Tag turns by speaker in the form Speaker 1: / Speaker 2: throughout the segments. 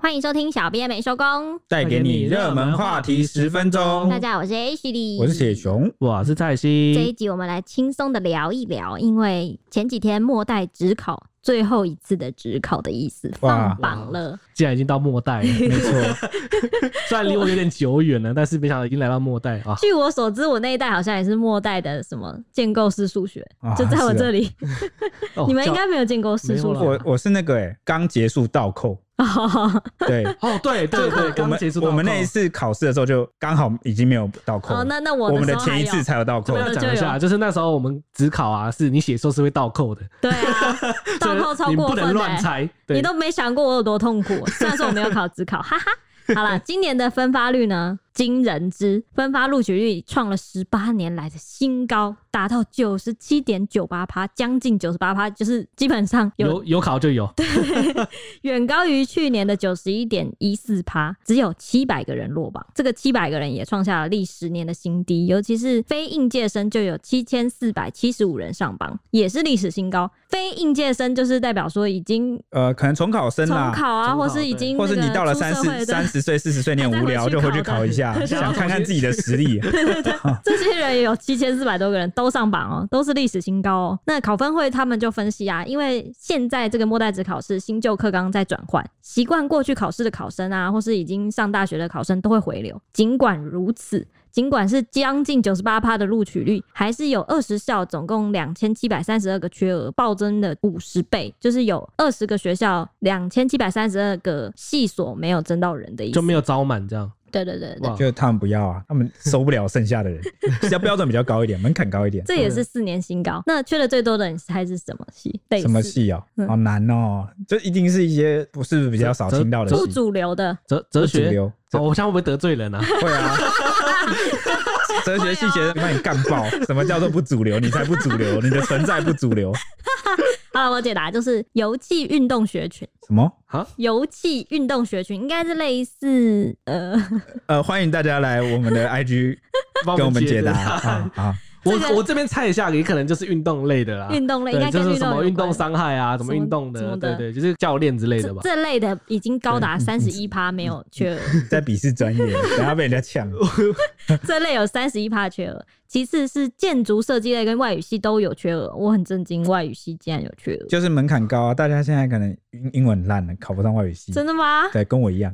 Speaker 1: 欢迎收听《小编没收工》，
Speaker 2: 带给你热门话题十分钟。
Speaker 1: 大家好，我是 H 李，
Speaker 2: 嗯我是铁熊，
Speaker 3: 我是蔡
Speaker 1: 这一
Speaker 3: 西，
Speaker 1: 集我们来轻松的聊一聊，因为前几天末代职考最后一次的职考的意思
Speaker 2: 哇
Speaker 1: 放榜了，
Speaker 3: 既然已经到末 代了，没错，虽然离我有点久远了，但是没想到已经来到末代啊。
Speaker 1: 据我所知，我那一代好像也是末代的什么建构式数学，
Speaker 2: 啊
Speaker 1: 就在我这里。
Speaker 3: 哦
Speaker 1: 你们应
Speaker 3: 叫
Speaker 1: 该没有建构式数
Speaker 3: 没有
Speaker 1: 学
Speaker 2: 我
Speaker 1: 吧？
Speaker 2: 我是那个哎、刚结束倒扣，
Speaker 1: 哦
Speaker 2: 对
Speaker 3: 哦，对对对，
Speaker 2: 我
Speaker 3: 刚
Speaker 2: 们
Speaker 3: 结束到
Speaker 2: 我们那一次考试的时候就刚好已经没有倒扣 了，
Speaker 1: 哦，那那我
Speaker 2: 我们
Speaker 1: 时
Speaker 2: 的
Speaker 1: 候还
Speaker 2: 前一
Speaker 1: 有
Speaker 2: 次才有倒
Speaker 3: 这
Speaker 2: 扣
Speaker 3: 边。要讲一
Speaker 1: 我
Speaker 3: 下，
Speaker 1: 们
Speaker 3: 就是那时候我们只考啊，是你写错是会倒扣的，
Speaker 1: 对 啊，倒扣
Speaker 3: 所
Speaker 1: 超
Speaker 3: 以你
Speaker 1: 过
Speaker 3: 不能
Speaker 1: 分的
Speaker 3: 乱
Speaker 1: 欸、
Speaker 3: 猜，对
Speaker 1: 你都没想过我有多痛苦。虽然说我没有考职考，哈哈。好了，今年的分发率呢惊人之，分发录取率创了十八年来的新高，达到九十七点九八趴，将近九十八趴，就是基本上有
Speaker 3: 有有考就有，
Speaker 1: 远高于去年的九十一点一四趴，只有七百个人落榜。这个七百个人也创下了历十年的新低，尤其是非应届生就有七千四百七十五人上榜，也是历史新高。非应届生就是代表说已经
Speaker 2: 呃，可能重考生
Speaker 1: 重
Speaker 2: 啦，
Speaker 1: 考啊，
Speaker 3: 重
Speaker 1: 或
Speaker 3: 考
Speaker 1: 是已经
Speaker 2: 或是
Speaker 1: 那
Speaker 2: 你
Speaker 1: 个
Speaker 2: 到了
Speaker 1: 出
Speaker 2: 三
Speaker 1: 社会
Speaker 2: 十
Speaker 1: 的
Speaker 2: 三十岁、四十岁，你很无聊，
Speaker 1: 还在
Speaker 2: 就
Speaker 1: 回去
Speaker 2: 回去
Speaker 1: 考
Speaker 2: 考一下，
Speaker 1: 对
Speaker 2: 想看看自己的实力。
Speaker 1: 这些人也有七千四百多个人都上榜哦，都是历史新高哦。那考分会他们就分析啊，因为现在这个末代子考试新旧课纲在转换，习惯过去考试的考生啊，或是已经上大学的考生都会回流。尽管如此。尽管是将近九十八趴的录取率，还是有二十校总共两千七百三十二个缺额，暴增了五十倍，就是有二十个学校两千七百三十二个系所没有征到人的意思。
Speaker 3: 就没有招满这样。
Speaker 1: 对对对对，
Speaker 3: 哇，
Speaker 2: 就他们不要啊，他们收不了剩下的人，比较标准比较高一点，门槛高一点。
Speaker 1: 这也是四年新高。那缺的最多的，你猜是什么系？类似
Speaker 2: 什么？戏哦、
Speaker 1: 嗯
Speaker 2: 好难哦、这一定是一些不是比较少听到的
Speaker 1: 不
Speaker 2: 戏，
Speaker 1: 主流的，
Speaker 3: 哲哲
Speaker 2: 不主
Speaker 3: 学，
Speaker 2: 流
Speaker 3: 哦我想会不会得罪 人啊？
Speaker 2: 会啊。哲学系学生
Speaker 1: 啊
Speaker 2: 把你干爆，什么叫做不主流？你才不主流，你的存在不主流。
Speaker 1: 好了，我解答就是游气运动学群。
Speaker 2: 什么？
Speaker 1: 游气运动学群应该是类似呃，
Speaker 2: 呃，欢迎大家来我 们的 IG
Speaker 3: 帮
Speaker 2: 跟我们解答
Speaker 3: 答。
Speaker 2: 啊啊！
Speaker 3: 我
Speaker 1: 这个
Speaker 3: 我这边猜一下，也可能就是运动类的啦，
Speaker 1: 运动类应
Speaker 3: 啊对
Speaker 1: 该
Speaker 3: 就
Speaker 1: 跟
Speaker 3: 是
Speaker 1: 运
Speaker 3: 什
Speaker 1: 动
Speaker 3: 么
Speaker 1: 有
Speaker 3: 运动
Speaker 1: 关
Speaker 3: 伤害啊，什
Speaker 1: 什
Speaker 3: 么
Speaker 1: 么
Speaker 3: 运动
Speaker 1: 什么
Speaker 3: 的，
Speaker 1: 的
Speaker 3: 对对，就是教练之类
Speaker 1: 这
Speaker 3: 的吧。
Speaker 1: 这类的已经高达三十一趴没 有缺额，
Speaker 2: 在鄙视专业，等下被人家 呛。
Speaker 1: 这类有三十一趴缺额。其次是建筑设计类跟外语系都有缺额，我很震惊，外语系竟然有缺额，
Speaker 2: 就是门槛高啊，大家现在可能英英文很烂了，考不上外语系。
Speaker 1: 真的吗？
Speaker 2: 对，跟我一 样。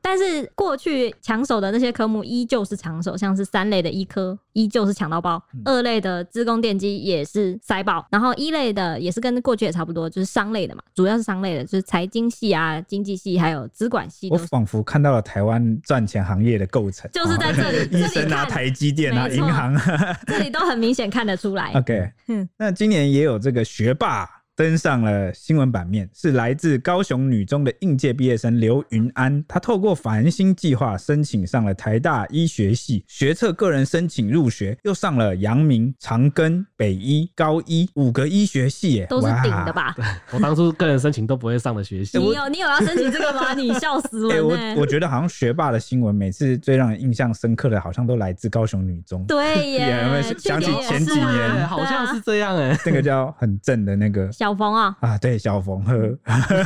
Speaker 1: 但是过去抢手的那些科目依旧是抢手，像是三类的医科依旧是抢到爆，
Speaker 2: 嗯
Speaker 1: 二类的资工电机也是塞爆，然后一类的也是跟过去也差不多，就是商类的嘛，主要是商类的，就是财经系啊、经济系还有资管系
Speaker 2: 我
Speaker 1: 都
Speaker 2: 仿佛看到了台湾赚钱行业的构成，
Speaker 1: 就是在这里
Speaker 2: 啊
Speaker 1: 这里
Speaker 2: 医生啊、
Speaker 1: 看
Speaker 2: 台积电啊、
Speaker 1: 没
Speaker 2: 银
Speaker 1: 错
Speaker 2: 行啊。
Speaker 1: 这里都很明显看得出来。
Speaker 2: OK，那
Speaker 1: 嗯
Speaker 2: 今年也有这个学霸登上了新闻版面，是来自高雄女中的应届毕业生刘云安，她透过繁星计划申请上了台大医学系，学测个人申请入学，又上了阳明、长庚、北医、高医五个医学系耶，
Speaker 1: 都是顶的
Speaker 2: 哇？
Speaker 1: 吧？
Speaker 3: 我当初个人申请都不会上的学习，
Speaker 1: 你有你有要申请这个吗？你笑死
Speaker 2: 哎、
Speaker 1: 人呢、
Speaker 2: 我我觉得好像学霸的新闻，每次最让人印象深刻的，好像都来自高雄女中，
Speaker 1: 对
Speaker 2: 有没
Speaker 1: 耶
Speaker 2: 有，
Speaker 1: 去
Speaker 2: 想起
Speaker 1: 年也
Speaker 2: 前
Speaker 1: 是
Speaker 2: 几
Speaker 1: 啊
Speaker 2: 年
Speaker 1: 对
Speaker 3: 对，
Speaker 1: 啊
Speaker 3: 好像是这样哎。
Speaker 2: 那个叫很正的那个
Speaker 1: 小冯啊，
Speaker 2: 啊，对，小冯呵，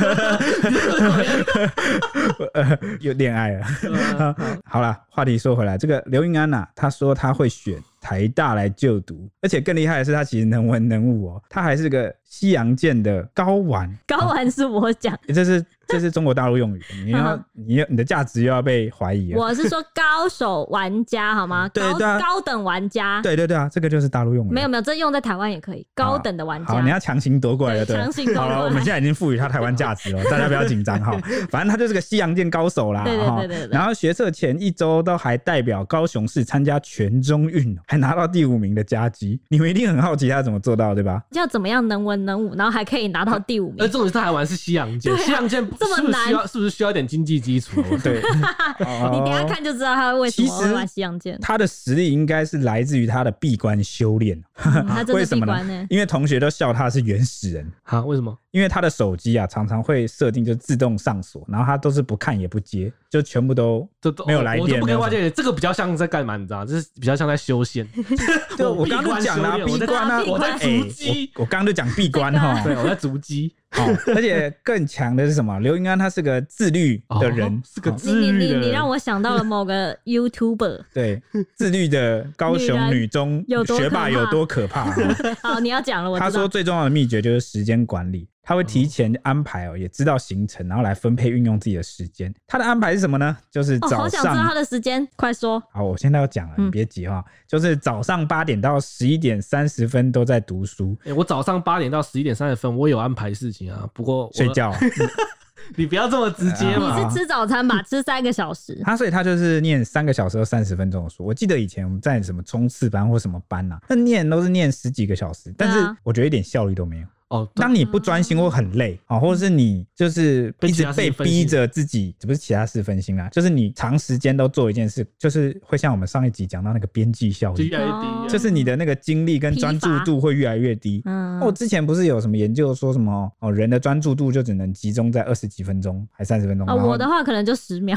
Speaker 2: 呃又恋爱了。
Speaker 3: 啊
Speaker 2: 好啦，话题说回来，这个刘云安呐、他说他会选台大来就读，而且更厉害的是，他其实能文能武哦，他还是个西洋剑的高玩，
Speaker 1: 高玩是我讲，
Speaker 2: 欸这是这是中国大陆用语，你要你要你的价值又要被怀疑了。
Speaker 1: 我是说高手玩家好吗？
Speaker 2: 对
Speaker 1: 高
Speaker 2: 对啊
Speaker 1: 高等玩家。
Speaker 2: 对对对啊，这个就是大陆用语。
Speaker 1: 没有没有，这用在台湾也可以，高等的玩家。
Speaker 2: 好，你要强行夺过来了，
Speaker 1: 对
Speaker 2: 对，
Speaker 1: 强行夺过来
Speaker 2: 好了，我们现在已经赋予他台湾价值 了，大家不要紧张哈。反正他就是个西洋剑高手啦，
Speaker 1: 对对
Speaker 2: 哈
Speaker 1: 对对对
Speaker 2: 然后学测前一周都还代表高雄市参加全中运， 还拿到第五名的佳绩。你们一定很好奇他怎么做到，对吧？
Speaker 1: 要怎么样能文能武，然后还可以拿 到第五
Speaker 3: 而
Speaker 1: 名？
Speaker 3: 重点是他还玩是西洋剑，
Speaker 1: 对啊
Speaker 3: 西洋剑
Speaker 1: 这么
Speaker 3: 是不是需要
Speaker 1: 难
Speaker 3: 是不是需要一点经济基础 啊？我
Speaker 2: 对，
Speaker 1: 你
Speaker 2: 你
Speaker 1: 等一下看就知道他为什么会玩西洋 剑，
Speaker 2: 哦他的实力应该是来自于他的闭关修炼，
Speaker 1: 嗯他真
Speaker 2: 为
Speaker 1: 的
Speaker 2: 什
Speaker 1: 闭
Speaker 2: 么
Speaker 1: 关
Speaker 2: 呢
Speaker 1: 呢？？
Speaker 2: 因为同学都笑他是原始人，
Speaker 3: 啊，为什么？
Speaker 2: 因为他的手机啊常常会设定就自动上锁，然后他都是不看也不接，就全部都
Speaker 3: 这都
Speaker 2: 没有来
Speaker 3: 我就
Speaker 2: 电
Speaker 3: 不
Speaker 2: 没
Speaker 3: 跟
Speaker 2: 有
Speaker 3: 外
Speaker 2: 什
Speaker 3: 界这个比较像在干嘛，你知道吗？这是比较像在 修仙。
Speaker 2: 对，我
Speaker 3: 闭
Speaker 2: 刚刚
Speaker 3: 关
Speaker 2: 就讲
Speaker 3: 修
Speaker 2: 啦，
Speaker 3: 炼
Speaker 2: 闭
Speaker 3: 我在
Speaker 2: 关啊，
Speaker 1: 闭关
Speaker 2: 哎
Speaker 3: 我在筑基
Speaker 1: 啊
Speaker 2: 我我刚刚就讲闭关哈，
Speaker 3: 对，我在足迹，
Speaker 2: 好、 而且更强的是什么？刘云安他是个自律的人，
Speaker 3: 哦是个
Speaker 2: 哦
Speaker 1: 你
Speaker 3: 自
Speaker 1: 你
Speaker 3: 律
Speaker 1: 你
Speaker 3: 的人
Speaker 1: 你让我想到了某 个 YouTuber。
Speaker 2: 对自律的高雄女中
Speaker 1: 女人有多可怕
Speaker 2: 学霸有多 可怕？哦
Speaker 1: 好，你要讲了，我
Speaker 2: 他
Speaker 1: 知
Speaker 2: 说
Speaker 1: 道。
Speaker 2: 最重要的秘诀就是时间管理，他会提前安排哦，也知道行程，然后来分配运用自己的时间。他的安排是什么呢？就是
Speaker 1: 哦，
Speaker 2: 早
Speaker 1: 好想知
Speaker 2: 上
Speaker 1: 道他的时间，快说。
Speaker 2: 好，我现在要讲了，
Speaker 1: 嗯
Speaker 2: 你别急哈、就是早上八点到十一点三十分都在读书
Speaker 3: 哎、我早上八点到十一点三十分，我有安排事情啊。不过我
Speaker 2: 睡，觉。啊
Speaker 3: 你不要这么直接
Speaker 1: 你
Speaker 3: 嘛。
Speaker 1: 是吃早餐吧？吃三个小时。
Speaker 2: 他所以他就是念三个小时到三十分钟的书。我记得以前我们在什么冲刺班或什么班啊，那念都是念十几个小时，但
Speaker 1: 对
Speaker 2: 是
Speaker 1: 啊嗯
Speaker 2: 我觉得一点效率都没有。
Speaker 3: 哦，对
Speaker 2: 当你不专心或很累啊，或者是你就是
Speaker 3: 被
Speaker 2: 一
Speaker 3: 其
Speaker 2: 直
Speaker 3: 他事
Speaker 2: 被
Speaker 3: 情分心
Speaker 2: 逼着自己，不是其他事分心啦，就是你长时间都做一件事，就是会像我们上一集讲到那个边际效
Speaker 3: 就
Speaker 2: 应
Speaker 3: 越，来越低
Speaker 1: 哦，
Speaker 3: 越来越低
Speaker 2: 就是你的哦那个精力跟
Speaker 1: 疲
Speaker 2: 专注
Speaker 1: 乏
Speaker 2: 度会越来越低。
Speaker 1: 嗯，
Speaker 2: 那我之前不是有什么研究说什么哦，人的专注度就只能集中在二十几分钟，还三十分钟。
Speaker 1: 啊，
Speaker 2: 然后
Speaker 1: 我的话可能就十秒。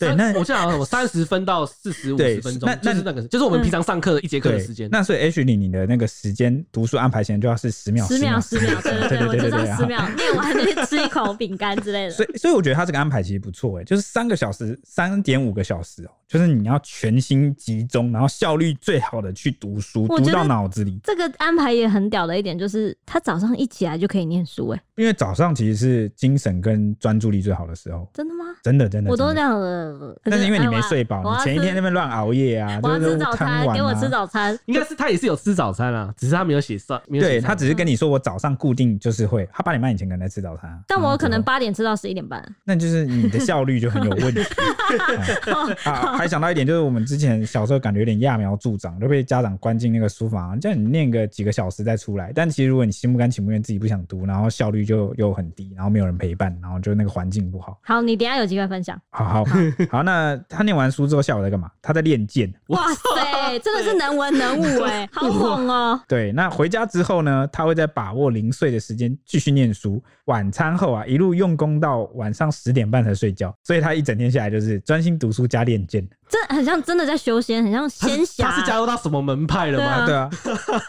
Speaker 2: 对，那
Speaker 3: 我想想我三十分到四十五
Speaker 2: 对
Speaker 3: 十分钟
Speaker 2: 那，那
Speaker 3: 就是那个，就是我
Speaker 1: 嗯
Speaker 3: 们平常上课的一节课的
Speaker 2: 对
Speaker 3: 时间。
Speaker 2: 那所以 H 你你的那个时间读书安排时间就要是十秒，
Speaker 1: 十秒，十秒，对
Speaker 2: 对
Speaker 1: 对，我
Speaker 2: 对
Speaker 1: 就
Speaker 2: 对
Speaker 1: 算
Speaker 2: 对
Speaker 1: 十秒，念完 就吃一口饼干之类的。
Speaker 2: 所以所以我觉得他这个安排其实不错哎，就是三个小时，三点五个小时哦，就是你要全心集中，然后效率最好的去读书，
Speaker 1: 我觉
Speaker 2: 读
Speaker 1: 得
Speaker 2: 到脑子里。
Speaker 1: 这个安排也很屌的一点就是，他早上一起来就可以念书，哎，
Speaker 2: 因为早上其实是精神跟专注力最好的时候，
Speaker 1: 真的吗？
Speaker 2: 真的真的。
Speaker 1: 我都
Speaker 2: 真
Speaker 1: 这
Speaker 2: 的
Speaker 1: 样了。
Speaker 2: 但是因为你
Speaker 1: 哎
Speaker 2: 没
Speaker 1: 我
Speaker 2: 睡
Speaker 1: 我
Speaker 2: 饱，
Speaker 1: 要
Speaker 2: 你前一
Speaker 1: 吃
Speaker 2: 天那边乱熬夜啊，
Speaker 1: 我要
Speaker 2: 就是
Speaker 1: 吃早
Speaker 2: 贪
Speaker 1: 餐，
Speaker 2: 玩
Speaker 1: 给我
Speaker 2: 啊
Speaker 1: 吃早餐。
Speaker 3: 应该是他也是有吃早餐啊，只是他没有写上，没有写
Speaker 2: 对
Speaker 3: 上
Speaker 2: 他只是跟你说，我早上固定就是会，他八点半以前可能在吃早餐啊，
Speaker 1: 但
Speaker 2: 然
Speaker 1: 我
Speaker 2: 后
Speaker 1: 可能
Speaker 2: 之后
Speaker 1: 八点吃到十一点半，
Speaker 2: 那就是你的效率就很有问题。啊啊，还想到一点，就是我们之前小时候感觉有点揠苗助长，就被家长关进那个书房，叫你念个几个小时再出来。但其实如果你心不甘情不愿，自己不想读，然后效率就又很低，然后没有人陪伴，然后就那个环境不好。
Speaker 1: 好，你等一下有机会分 享。
Speaker 2: 好好好，那他念完书之后下午在干嘛？他在练剑。
Speaker 1: 哇塞，真的是能文能武 哎，好猛哦！
Speaker 2: 对，那回家之后呢，他会在把握零碎的时间继续念书，晚餐后啊一路用功到晚上十点半才睡觉，所以他一整天下来就是专心读书加练剑。
Speaker 1: 这很像真的在修仙，很像
Speaker 3: 他
Speaker 1: 仙
Speaker 3: 是他是加
Speaker 1: 侠。
Speaker 3: 入到什么门派
Speaker 1: 嗯
Speaker 3: 了吗？
Speaker 2: 对啊，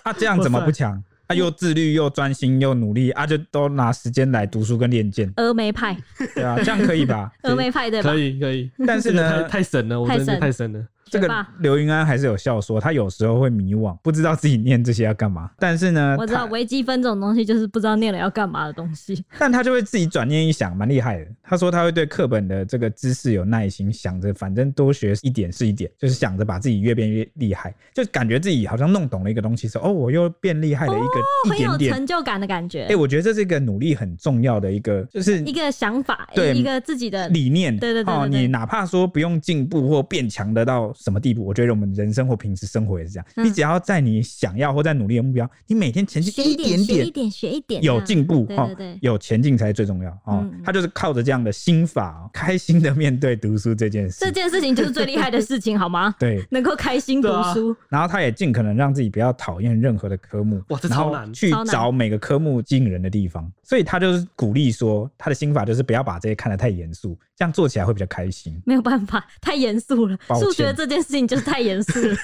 Speaker 2: 啊这样怎么不强？啊又自律又专心又努力啊，就都拿时间来读书跟练剑，
Speaker 1: 峨眉派，
Speaker 2: 对啊，这样可 以吧？
Speaker 1: 峨眉派对吧
Speaker 3: 可？以可以，
Speaker 2: 但是
Speaker 3: 这个
Speaker 2: 呢
Speaker 3: 太太神了，我真的
Speaker 1: 嗯
Speaker 3: 是
Speaker 1: 太
Speaker 3: 太神了。
Speaker 2: 这
Speaker 1: 学
Speaker 2: 个
Speaker 1: 霸
Speaker 2: 刘云安还是有笑说，他有时候会迷惘，不知道自己念这些要干嘛。但是呢，
Speaker 1: 我知道
Speaker 2: 他
Speaker 1: 微积分这种东西就是不知道念了要干嘛的东西。
Speaker 2: 但他就会自己转念一想，蛮厉害的。他说他会对课本的这个知识有耐心，想着反正多学一点是一点，就是想着把自己越变越厉害，就感觉自己好像弄懂了一个东西，说哦，我又变厉害了一个、一
Speaker 1: 哦 很有
Speaker 2: 点点。
Speaker 1: 成就感的感觉
Speaker 2: 哎、，我觉得这是一个努力很重要的一个，就是
Speaker 1: 一个想法，
Speaker 2: 对
Speaker 1: 一个自己的
Speaker 2: 理念，
Speaker 1: 对对对
Speaker 2: 哦，
Speaker 1: 对对
Speaker 2: 你哪怕说不用进步或变强的到什么地步，我觉得我们人生或平时生活也是这样，
Speaker 1: 嗯
Speaker 2: 你只要在你想要或在努力的目标，你每天前
Speaker 1: 学
Speaker 2: 进
Speaker 1: 一点，
Speaker 2: 点
Speaker 1: 学一点，学一点，嗯
Speaker 2: 有进步
Speaker 1: 对对
Speaker 2: 哦
Speaker 1: 对，
Speaker 2: 有前进才是最重要哦。
Speaker 1: 嗯
Speaker 2: 他就是靠着这样的心法、哦，开心的面对读书这件
Speaker 1: 这
Speaker 2: 事。
Speaker 1: 件事情就是最厉害的事情，好吗？啊
Speaker 2: 对，
Speaker 1: 能够开心读书，
Speaker 2: 然后他也尽可能让自己不要讨厌任何的科目，
Speaker 3: 哇这
Speaker 2: 然后
Speaker 3: 超难
Speaker 2: 去
Speaker 1: 超难
Speaker 2: 找每个科目吸引人的地方。所以他就是鼓励说，他的心法就是不要把这些看得太严肃，这样做起来会比较开心。
Speaker 1: 没有办法，太严肃了
Speaker 2: 抱。歉
Speaker 1: 数学这件事情就是太严肃了，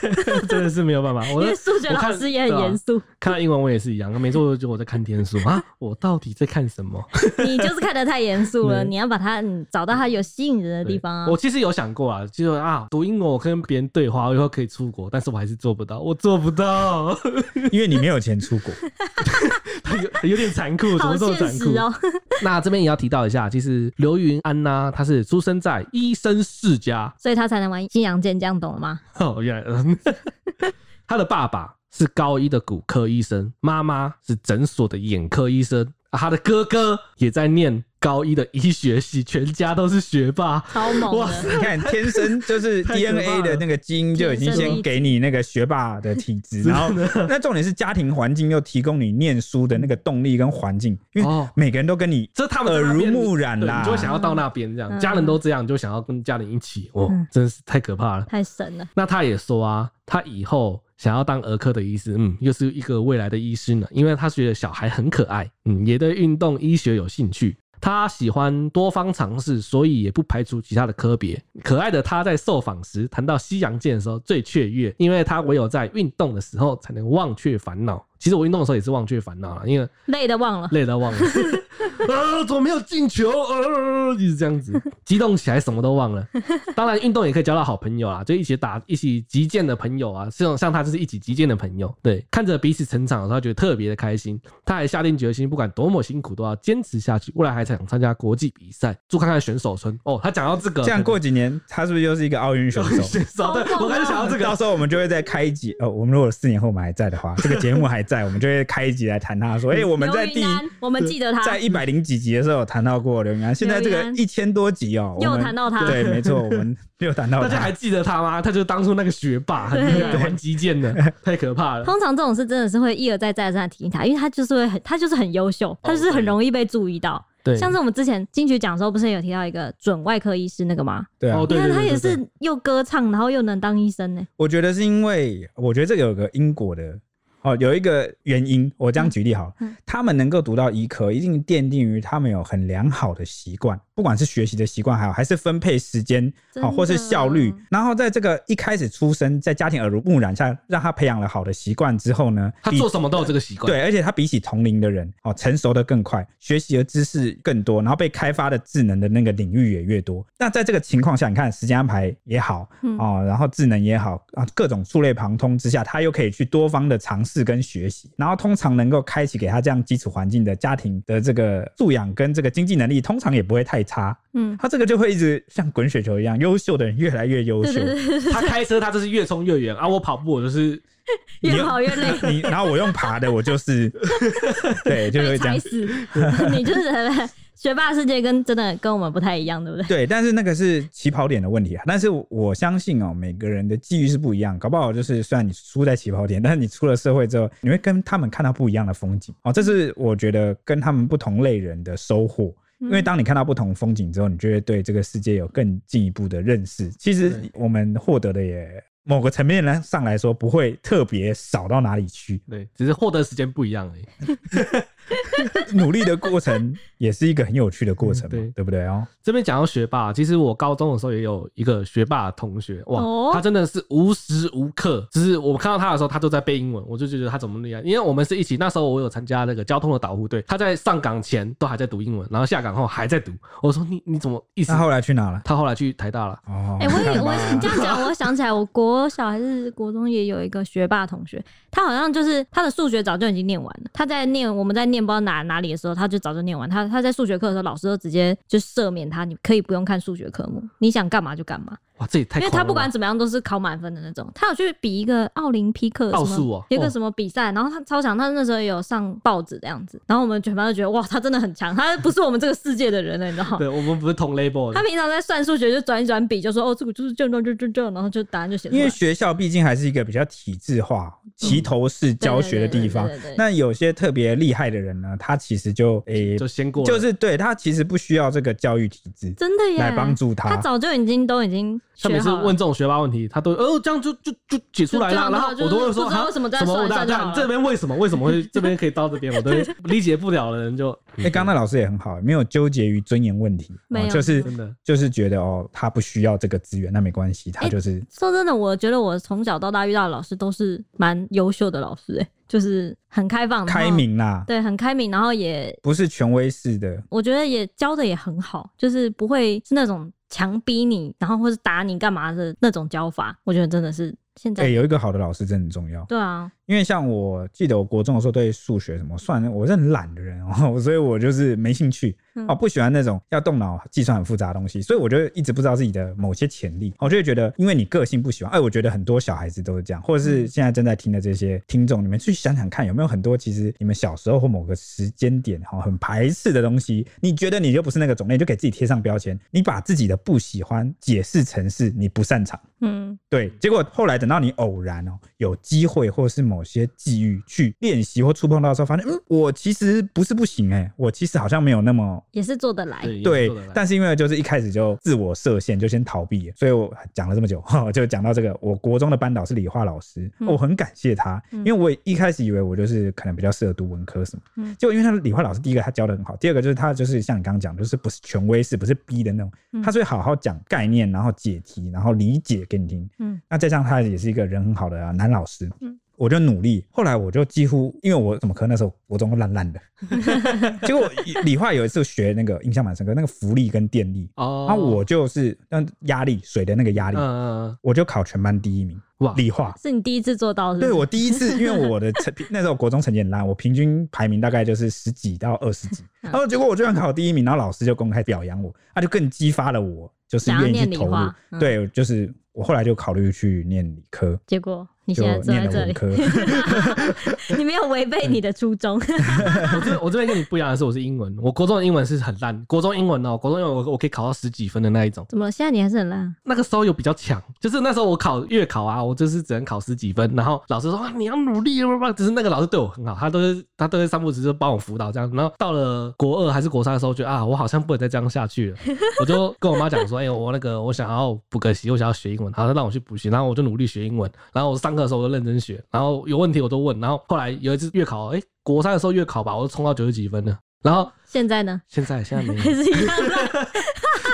Speaker 3: 真的是没有 办法。
Speaker 1: 因
Speaker 3: 我
Speaker 1: 为数学
Speaker 3: 我
Speaker 1: 老
Speaker 3: 看
Speaker 1: 师也很
Speaker 3: 对啊
Speaker 1: 严肃，
Speaker 3: 看到英文我也是一样，没错，就我在看天书 啊，我到底在看什么？
Speaker 1: 你就是看得太严肃了，
Speaker 3: 啊对
Speaker 1: 你要把它嗯找到它有吸引人的地方啊
Speaker 3: 对我。其实有想过啊，就是啊，读英文我跟别人对话，我以后可以出国，但是我还是做不到，我做不到，
Speaker 2: 因为你没有钱出国，
Speaker 3: 有有点残酷，怎
Speaker 1: 好
Speaker 3: 么这么
Speaker 1: 现
Speaker 3: 残酷
Speaker 1: 实？哦，
Speaker 3: 那这边也要提到一下，其实刘云安呐、她是出生在医生世家，
Speaker 1: 所以他才能玩西洋剑，这样懂了吗？
Speaker 3: 哦，原来 嗯他的爸爸是高一的骨科医生，妈妈是诊所的眼科医生，啊、他的哥哥也在念高一的医学系，全家都是学霸。
Speaker 1: 超猛
Speaker 3: 哇
Speaker 1: 的，
Speaker 2: 你看天生就是
Speaker 3: 太可怕了
Speaker 2: DNA 的那个基因就已经先给你那个学霸的体质，然后那重点是家庭环境又提供你念书的那个动力跟环境，因为
Speaker 3: 哦
Speaker 2: 每个人都跟你
Speaker 3: 这他们在
Speaker 2: 耳
Speaker 3: 那
Speaker 2: 濡
Speaker 3: 边
Speaker 2: 目染
Speaker 3: 对
Speaker 2: 啦
Speaker 3: 你就，会想要到那边这样，
Speaker 1: 嗯
Speaker 3: 家人都这样，你就想要跟家人一起，哦
Speaker 1: 嗯，
Speaker 3: 真是太可怕了。
Speaker 1: 太神了。
Speaker 3: 那他也说啊，他以后想要当儿科的医师，嗯，又是一个未来的医师呢，因为他觉得小孩很可爱，嗯，也对运动医学有兴趣。他喜欢多方尝试，所以也不排除其他的科别。可爱的他在受访时谈到西洋剑的时候最雀跃，因为他唯有在运动的时候才能忘却烦恼，其实我运动的时候也是忘却烦恼了，因为
Speaker 1: 累的忘了。
Speaker 3: 累到忘了，啊，怎么没有进球？啊，一直这样子，激动起来什么都忘了。当然，运动也可以交到好朋友啊，就一起打、一起击剑的朋友啊，这种像他就是一起击剑的朋友。对，看着彼此成长的时候，他觉得特别的开心。他还下定决心，不管多么辛苦，都要坚持下去。未来还想参加国际比赛，祝看看选手村哦。他讲到这个，
Speaker 2: 这样过几年，他是不是又是一个奥运选 手？
Speaker 3: 选手，对我刚才想到这个
Speaker 2: 到，时候我们就会再开一集，呃，我们如果四年后我们还在的话，这个节目还在，我们就会开一集来谈 他，说，哎、我
Speaker 1: 我
Speaker 2: 们在第
Speaker 1: 我们记得他，
Speaker 2: 在一百零几集的时候有谈到过刘云安，现在这
Speaker 1: 刘
Speaker 2: 个
Speaker 1: 云安
Speaker 2: 一千多集哦、我
Speaker 1: 又
Speaker 2: 们
Speaker 1: 谈到他
Speaker 2: 对，没错，我们又谈到
Speaker 3: 大家
Speaker 2: 他
Speaker 3: 还。记得他吗？他就是当初那个学霸，很厉害，
Speaker 1: 对
Speaker 3: 玩击剑的，太可怕了。
Speaker 1: 通常这种事真的是会一而再再而三地提醒他，因为他就是会很，他就是很优秀，他
Speaker 3: 哦
Speaker 1: 就是很容易被注意到。
Speaker 3: 对，
Speaker 1: 像是我们之前金曲奖的时候，不是有提到一个准外科医师那个吗？
Speaker 2: 对啊
Speaker 3: 哦，
Speaker 1: 你
Speaker 3: 对
Speaker 1: 看
Speaker 3: 对对，
Speaker 1: 他也
Speaker 3: 对对
Speaker 1: 是又歌唱，然后又能当医生呢。
Speaker 2: 我觉得是因为，我觉得这个有个因果的哦，有一个原因。我这样举例好了，
Speaker 1: 嗯嗯
Speaker 2: 他们能够读到医科，一定奠定于他们有很良好的习惯，不管是学习的习惯，还有还是分配时间，
Speaker 1: 真
Speaker 2: 好、
Speaker 1: 的
Speaker 2: 哦、或是效率。然后在这个一开始出生，在家庭耳濡目染下，让他培养了好的习惯之后呢，
Speaker 3: 他
Speaker 2: 比
Speaker 3: 做什么都有这个习惯。
Speaker 2: 对，而且他比起同龄的人，哦，成熟的更快，学习的知识更多，然后被开发的智能的那个领域也越多。那在这个情况下，你看时间安排也好，
Speaker 1: 嗯
Speaker 2: 哦，然后智能也好啊，各种触类旁通之下，他又可以去多方的尝试跟学习，然后通常能够开启给他这样基础环境的家庭的这个素养跟这个经济能力，通常也不会太差。
Speaker 1: 嗯，
Speaker 2: 他这个就会一直像滚雪球一样，优秀的人越来越优秀。
Speaker 1: 对对对，
Speaker 3: 他开车他就是越冲越远啊，我跑步我就是
Speaker 2: 你
Speaker 1: 越
Speaker 2: 用
Speaker 1: 跑越累，
Speaker 2: 你然后我用爬的，我 就是，对，就
Speaker 1: 被
Speaker 2: 会这
Speaker 1: 踩。
Speaker 2: 样
Speaker 1: 死。你就是学霸世界跟真的跟我们不太一样，对
Speaker 3: 哦
Speaker 1: 不对？
Speaker 2: 对，但是那个是起跑点的问题啊。但是我相信哦，每个人的际遇是不一样，搞不好就是虽然你输在起跑点，但是你出了社会之后，你会跟他们看到不一样的风景哦。这是我觉得跟他们不同类人的收获。
Speaker 3: 嗯
Speaker 2: 因为当你看到不同风景之后，你就会对这个世界有更进一步的认识。其实
Speaker 3: 对
Speaker 2: 我们获得的也某个层面来上来说，不会特别少到哪里去。
Speaker 3: 对，只是获得时间不一样而已。
Speaker 2: 努力的过程也是一个很有趣的过程嘛，
Speaker 3: 嗯对
Speaker 2: 对不对哦？
Speaker 3: 这边讲到学霸，其实我高中的时候也有一个学霸的同学，哇，
Speaker 1: 哦
Speaker 3: 他真的是无时无刻，就是我看到他的时候，他都在背英文，我就觉得他怎么厉害，因为我们是一起，那时候我有参加那个交通的导护队，他在上岗前都还在读英文，然后下岗后还在读，我说你你怎么意思
Speaker 2: 那？后来去哪了？
Speaker 3: 他后来去台大了，
Speaker 2: 哦，
Speaker 1: 哎、我
Speaker 2: 看
Speaker 1: 也
Speaker 2: 吧
Speaker 1: 我也你这样讲，我想起来，我国小还是国中也有一个学霸同学，他好像就是他的数学早就已经念完了。他在念我们在念不知道哪哪里的时候，他就早就念完。他他在数学课的时候，老师都直接就赦免他，你可以不用看数学科目，你想干嘛就干嘛，
Speaker 3: 哇，这也太
Speaker 1: 因为
Speaker 3: 狂
Speaker 1: 他
Speaker 3: 了
Speaker 1: 不管
Speaker 3: 吧
Speaker 1: 怎么样都是考满分的那种。他有去比一个奥林匹克什
Speaker 3: 奥
Speaker 1: 么
Speaker 3: 数哦
Speaker 1: 有一
Speaker 3: 哦
Speaker 1: 个什么比赛，然后他超强，他那时候也有上报纸这样子，然后我们全班都觉得哇，他真的很强，他不是我们这个世界的人了，你知道吗？
Speaker 3: 对我们不是同 label 的
Speaker 1: 他，平常在算数学就转一转笔，就说哦，这个就是这样这样这样这样，然后就答案就写出
Speaker 2: 因
Speaker 1: 来
Speaker 2: 为。学校毕竟还是一个比较体制化、齐头式教学的地
Speaker 1: 嗯
Speaker 2: 方
Speaker 1: 对对对对对对。
Speaker 2: 那有些特别厉害的人呢，他其实就诶、
Speaker 3: 就先过了
Speaker 2: 就是对他其实不需要这个教育体制
Speaker 1: 真的耶，
Speaker 2: 来帮助
Speaker 1: 他
Speaker 2: 他。
Speaker 1: 早就已经都已经
Speaker 3: 他
Speaker 1: 学
Speaker 3: 每次
Speaker 1: 好
Speaker 3: 问
Speaker 1: 了。
Speaker 3: 这种学霸问题，他都哦这样就就就解出来
Speaker 1: 就
Speaker 3: 了，
Speaker 1: 就
Speaker 3: 然后
Speaker 1: 就
Speaker 3: 我都会说
Speaker 1: 不知道
Speaker 3: 啊
Speaker 1: 为什么在
Speaker 3: 什么
Speaker 1: 算
Speaker 3: 我
Speaker 1: 一
Speaker 3: 打
Speaker 1: 下就好
Speaker 3: 这
Speaker 1: 了
Speaker 3: 这边为什么为什么会 这边可以到这边，我 都会理解不了的人就
Speaker 2: 哎，刚刚那老师也很好，没有纠结于尊严问题，
Speaker 1: 没有
Speaker 2: 哦就是
Speaker 3: 真的
Speaker 2: 就是觉得哦，他不需要这个资源，那没关系，他
Speaker 1: 哎
Speaker 2: 就是
Speaker 1: 说真的，我觉得我从小到大遇到的老师都是蛮优秀的老师，哎，就是很开放、然后
Speaker 2: 开，明啦，
Speaker 1: 对，很开明，然后也
Speaker 2: 不是权威式的。
Speaker 1: 我觉得也教的也很好，就是不会是那种强逼你，然后或是打你干嘛的那种教法。我觉得真的是现在，
Speaker 2: 哎，有一个好的老师真的很重要。
Speaker 1: 对啊，
Speaker 2: 因为像我记得我国中的时候对数学什么算，我是很懒的人哦， 所以我就是没兴趣
Speaker 1: 嗯
Speaker 2: 哦，不喜欢那种要动脑计算很复杂的东西，所以我就一直不知道自己的某些潜力，哦我就会觉得，因为你个性不喜欢，哎，我觉得很多小孩子都是这样，或者是现在正在听的这些听众，你们去想想看，有没有很多其实你们小时候或某个时间点哈、哦、很排斥的东西，你觉得你就不是那个种类，你就给自己贴上标签，你把自己的不喜欢解释成是你不擅长。
Speaker 1: 嗯，
Speaker 2: 对，结果后来等到你偶然哦有机会或是某些际遇去练习或触碰到的时候，发现嗯，我其实不是不行哎、我其实好像没有那么
Speaker 1: 也是做得来。
Speaker 3: 对
Speaker 2: 对
Speaker 3: 做得来，
Speaker 2: 但是因为就是一开始就自我设限，就先逃避了，所以我讲了这么久， 我就讲到这个，我国中的班导是理化老师，哦
Speaker 1: 嗯
Speaker 2: 我很感谢他，
Speaker 1: 嗯
Speaker 2: 因为我一开始以为我就是可能比较适合读文科什么，
Speaker 1: 嗯
Speaker 2: 结果因为他的理化老师，第一个他教的很好，第二个就是他就是像你刚刚讲，就是不是权威式，不是逼的那种，
Speaker 1: 嗯
Speaker 2: 他是会好好讲概念，然后解题，然后理解给你听，
Speaker 1: 嗯
Speaker 2: 那再加上他也是一个人很好的、啊、男老师，
Speaker 1: 嗯
Speaker 2: 我就努力。后来我就几乎，因为我怎么可能那时候国中烂 烂的，结果理化有一次学那个印象蛮深刻，那个浮力跟电力，
Speaker 3: 哦，
Speaker 2: 那我就是那压力水的那个压
Speaker 3: 嗯
Speaker 2: 力，
Speaker 3: 嗯嗯
Speaker 2: 我就考全班第一名，
Speaker 3: 哇，
Speaker 2: 理化。
Speaker 1: 是你第一次做到是不
Speaker 2: 对
Speaker 1: 是？
Speaker 2: 我第一次，因为我的成那时候国中成绩很烂，我平均排名大概就是十几到二十几，
Speaker 1: 嗯
Speaker 2: 然后结果我居然考第一名，然后老师就公开表扬我，啊他就更激发了我，就是
Speaker 1: 想要
Speaker 2: 愿意
Speaker 1: 念
Speaker 2: 去
Speaker 1: 理
Speaker 2: 投入
Speaker 1: 化。嗯
Speaker 2: 对，就是我后来就考虑去念理科，
Speaker 1: 结果你
Speaker 2: 就
Speaker 1: 现在坐
Speaker 2: 念
Speaker 1: 在
Speaker 2: 了
Speaker 1: 这里，
Speaker 2: 文科。
Speaker 1: 你没有违背你的初 衷。
Speaker 3: 我这我这边跟你不一样的是，我是英文，我国中的英文是很烂，国中英文哦，国中英文我我可以考到十几分的那一种。
Speaker 1: 怎么了？现在你还是很烂啊？
Speaker 3: 那个时候有比较强，就是那时候我考月考啊，我就是只能考十几分，然后老师说啊你要努力，不不不只是那个老师对我很好，他都是他都是三不只是帮我辅导这样，然后到了国二还是国三的时候，觉得啊我好像不能再这样下去了，我就跟我妈讲说，哎、我那个我想要补个习，我想要学英文，然后她让我去补习，然后我就努力学英文，然后我上课的时候我就认真学，然后有问题我都问，然后后来有一次月考，哎、国三的时候月考吧，我就冲到九十几分了，然后
Speaker 1: 现在呢？
Speaker 3: 现在现在没有
Speaker 1: 还是一样烂？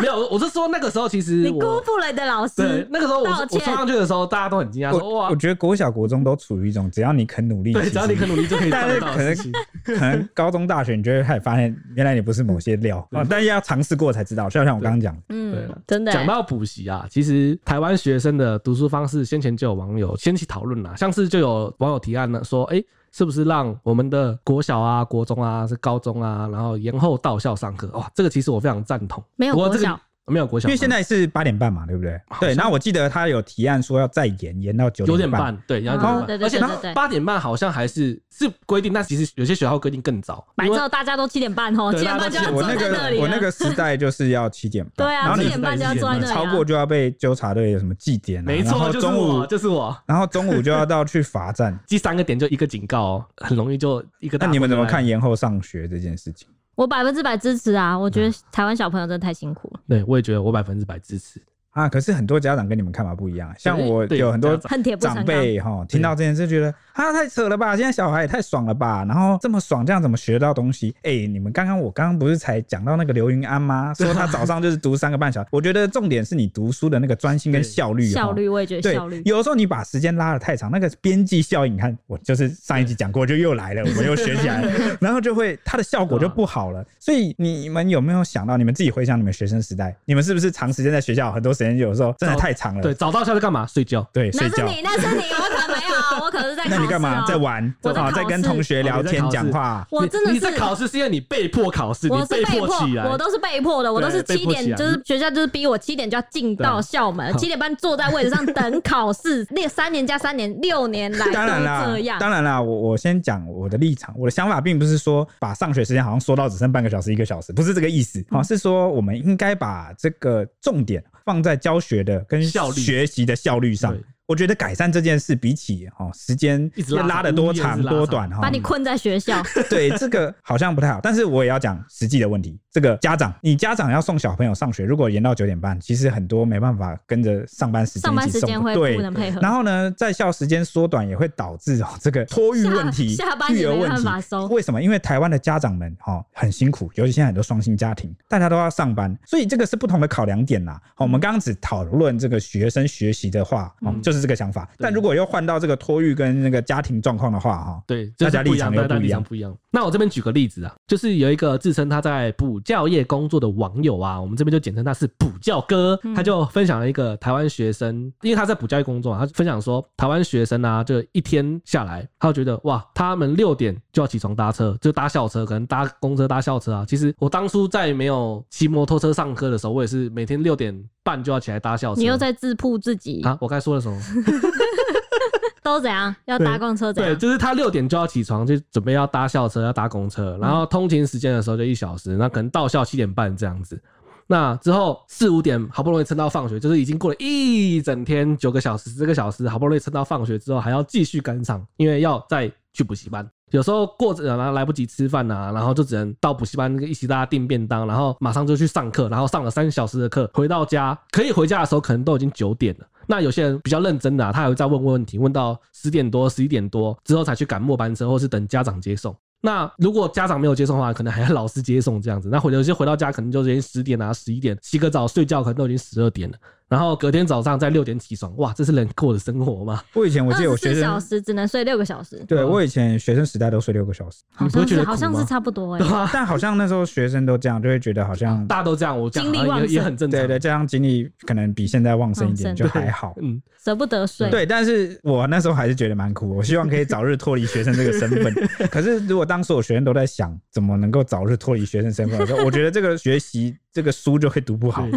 Speaker 3: 没有，我我是说那个时候其
Speaker 1: 你
Speaker 3: 实我。
Speaker 1: 辜负了你的老
Speaker 3: 嗯 对
Speaker 1: 师，，
Speaker 3: 那个时候我
Speaker 1: 道
Speaker 3: 我
Speaker 1: 歉
Speaker 3: 冲上去的时候，大家都很惊讶，说
Speaker 2: 我
Speaker 3: 哇
Speaker 2: 我，觉得国小国中都处于一种只要你肯努力，
Speaker 3: 对，
Speaker 2: 其
Speaker 3: 只要你
Speaker 2: 实
Speaker 3: 肯努力就可以
Speaker 2: 但
Speaker 3: 办
Speaker 2: 是
Speaker 3: 得到
Speaker 2: 可
Speaker 3: 的
Speaker 2: 能
Speaker 3: 事情。
Speaker 2: 可能高中大学你就会开始发现，原来你不是某些料啊，但是要尝试过才知道。就像我刚刚讲的，
Speaker 3: 对
Speaker 1: 嗯
Speaker 3: 了，
Speaker 1: 真的欸。
Speaker 3: 讲到补习啊，其实台湾学生的读书方式，先前就有网友掀起讨论啦，像是就有网友提案了，说，哎、是不是让我们的国小啊、国中啊、是高中啊，然后延后到校上课？哇，这个其实我非常赞同。
Speaker 1: 没有
Speaker 3: 不过
Speaker 1: 国
Speaker 3: 这个
Speaker 1: 小
Speaker 3: 没有国小
Speaker 2: 因
Speaker 3: 吗，
Speaker 2: 为现在是八点半嘛，对不对？对，那我记得他有提案说要再延延到九
Speaker 3: 九点
Speaker 2: 点
Speaker 3: 半，对，
Speaker 1: 哦
Speaker 3: 然后九
Speaker 1: 对对
Speaker 3: 点半，而且
Speaker 1: 对对对
Speaker 3: 八点半好像还是是规定，但其实有些学校规定更早，
Speaker 1: 白
Speaker 3: 因为
Speaker 1: 昼大家都七点半哦，
Speaker 3: 对
Speaker 1: 七点半就
Speaker 3: 大
Speaker 1: 要
Speaker 3: 家都
Speaker 1: 坐
Speaker 2: 我那
Speaker 1: 在那
Speaker 2: 个
Speaker 1: 里
Speaker 2: 我那
Speaker 1: 了。
Speaker 2: 个时代就是要七点半，
Speaker 1: 对
Speaker 2: 然
Speaker 1: 啊，
Speaker 2: 后
Speaker 1: 七
Speaker 2: 你
Speaker 1: 点半就要坐在那里啊。
Speaker 2: 超过就要被纠察队有什么祭点啊，
Speaker 3: 没
Speaker 2: 然
Speaker 3: 错，
Speaker 2: 后
Speaker 3: 就是
Speaker 2: 中午
Speaker 3: 我，就是我。
Speaker 2: 然后中午就要到去罚站。
Speaker 3: 第三个点 就一个警告、哦，很容易就一个大。
Speaker 2: 那你们怎么看？延后上学这件事情？
Speaker 1: 我百分之百支持啊！我觉得台湾小朋友真的太辛苦了，
Speaker 3: 对，我也觉得我百分之百支持。
Speaker 2: 啊，可是很多家长跟你们看法不一样，像
Speaker 3: 对
Speaker 2: 我
Speaker 3: 对
Speaker 2: 有很多
Speaker 3: 家长
Speaker 1: 恨铁不成
Speaker 2: 长
Speaker 1: 钢。
Speaker 2: 辈哈，听到这件事觉得啊太扯了吧，现在小孩也太爽了吧，然后这么爽，这样怎么学到东西？哎、你们刚刚我刚刚不是才讲到那个刘云安吗？说他早上就是读三个半小时，我觉得重点是你读书的那个专心跟
Speaker 3: 对
Speaker 2: 效率，
Speaker 1: 效
Speaker 2: 齁
Speaker 1: 率，我也觉得
Speaker 2: 对
Speaker 1: 效率，。
Speaker 2: 有的时候你把时间拉的太长，那个边际效应，你看我就是上一集讲过，就 又来了，我又学起来了，然后就会它的效果就不好了。所以你们有没有想到，你们自己回想你们学生时代，你们是不是长时间在学校，很多时间有时候真的太长了，
Speaker 3: 对，早到校就干嘛？睡觉。
Speaker 2: 对，
Speaker 1: 那
Speaker 2: 睡
Speaker 1: 是
Speaker 2: 觉。
Speaker 1: 你，那是你，我可没有，我可是在考试
Speaker 2: 那
Speaker 1: 哦。
Speaker 2: 你干嘛在玩
Speaker 1: 我在
Speaker 2: 啊？
Speaker 1: 考
Speaker 2: 在跟
Speaker 1: 试
Speaker 2: 同学聊天
Speaker 3: 哦你在考试
Speaker 2: 讲话。
Speaker 1: 我
Speaker 3: 你
Speaker 1: 真的
Speaker 3: 你
Speaker 1: 是
Speaker 3: 在考试是因为你被迫考试，你
Speaker 1: 我是被
Speaker 3: 迫起来
Speaker 1: 我。都是被迫的，我都是
Speaker 3: 对
Speaker 1: 七
Speaker 3: 被迫起
Speaker 1: 点，
Speaker 3: 来
Speaker 1: 就是学校就是逼我七点就要进到校门，七点半坐在位置上等考试，那三年加三年六年来都
Speaker 2: 当然啦
Speaker 1: 这，样。
Speaker 2: 当然啦，我我先讲我的立场，我的想法并不是说把上学时间好像缩到只剩半个小时、一个小时，不是这个意思啊、是说我们应该把这个重点放在教学的跟
Speaker 3: 效率
Speaker 2: 学习的效率上
Speaker 3: 对。
Speaker 2: 我觉得改善这件事，比起哦时间
Speaker 3: 一直拉长
Speaker 2: 拉的多长
Speaker 3: 无意间一直拉
Speaker 2: 多
Speaker 3: 长
Speaker 2: 短哈，哦
Speaker 1: 把你困在学校，
Speaker 2: 对这个好像不太好，但是我也要讲实际的问题。这个家长，你家长要送小朋友上学，如果延到九点半，其实很多没办法跟着上班时间
Speaker 1: 上
Speaker 2: 一
Speaker 1: 班
Speaker 2: 起
Speaker 1: 时间
Speaker 2: 送的。
Speaker 1: 会不
Speaker 2: 对，
Speaker 1: 能配合，
Speaker 2: 然后呢，在校时间缩短也会导致哦这个托育问题、
Speaker 1: 下下班
Speaker 2: 育
Speaker 1: 也
Speaker 2: 儿
Speaker 1: 没
Speaker 2: 问
Speaker 1: 办
Speaker 2: 题。
Speaker 1: 法收。
Speaker 2: 为什么？因为台湾的家长们哈、哦、很辛苦，尤其现在很多双薪家庭，大家都要上班，所以这个是不同的考量点
Speaker 1: 嗯
Speaker 2: 啦。好我们刚刚只讨论这个学生学习的话，哦，
Speaker 3: 嗯
Speaker 2: 就是这个想法。
Speaker 3: 对
Speaker 2: 但如果又换到这个托育跟那个家庭状况的话，哈、
Speaker 3: 对，
Speaker 2: 大
Speaker 3: 这
Speaker 2: 家
Speaker 3: 是不一样，
Speaker 2: 立场
Speaker 3: 大
Speaker 2: 又
Speaker 3: 家
Speaker 2: 不一样
Speaker 3: 立场不一样。那我这边举个例子啊，就是有一个自称他在补教业工作的网友啊，我们这边就简称他是补教哥，
Speaker 1: 嗯
Speaker 3: 他就分享了一个台湾学生，因为他在补教业工作、啊，他分享说台湾学生啊，就一天下来，他就觉得哇，他们六点就要起床搭车，就搭校车，可能搭公车、搭校车啊。其实我当初在没有骑摩托车上课的时候，我也是每天六点半就要起来搭校车。
Speaker 1: 你又在自曝自己，
Speaker 3: 啊，我该说了什么？
Speaker 1: 都怎样？要搭公车怎
Speaker 3: 对，
Speaker 1: 样？
Speaker 3: 就是他六点就要起床，就准备要搭校车，要搭公车，然后通勤时间的时候就一小时，那可能到校七点半这样子。那之后四五点好不容易撑到放学，就是已经过了一整天九个小时、十个小时，好不容易撑到放学之后，还要继续赶场，因为要再去补习班。有时候过着然后来不及吃饭呐、然后就只能到补习班一起大家订便当，然后马上就去上课，然后上了三小时的课，回到家可以回家的时候可能都已经九点了。那有些人比较认真的、啊，他还会再问问题，问到十点多、十一点多之后才去赶末班车，或是等家长接送。那如果家长没有接送的话，可能还要老师接送这样子。那回有些回到家可能就已经十点啊、十一点，洗个澡睡觉，可能都已经十二点了。然后隔天早上再六点起床，哇，这是人过的生活吗？
Speaker 2: 我以前我记得我学
Speaker 1: 四小
Speaker 2: 生，
Speaker 1: 时只嗯能睡六个小时，
Speaker 2: 对我以前学生时代都睡六个小时，
Speaker 1: 好
Speaker 3: 你不会
Speaker 1: 像
Speaker 3: 觉得
Speaker 1: 是
Speaker 3: 苦
Speaker 1: 好像
Speaker 3: 吗
Speaker 1: 是差不多哎、
Speaker 3: 对吧？
Speaker 2: 但好像那时候学生都这样，就会觉得好像
Speaker 3: 大家都这样，我讲
Speaker 1: 精力
Speaker 3: 好像
Speaker 1: 旺
Speaker 3: 也
Speaker 1: 盛
Speaker 3: 也很正常。
Speaker 2: 对对，这样精力可能比现在旺盛一点，
Speaker 1: 旺盛
Speaker 2: 就还好。
Speaker 3: 嗯，
Speaker 1: 舍不得睡。
Speaker 2: 对，但是我那时候还是觉得蛮苦，我希望可以早日脱离学生这个身份。 可是如果当时我学生都在想怎么能够早日脱离学生身份，我说我觉得这个学习这个书就会读不好。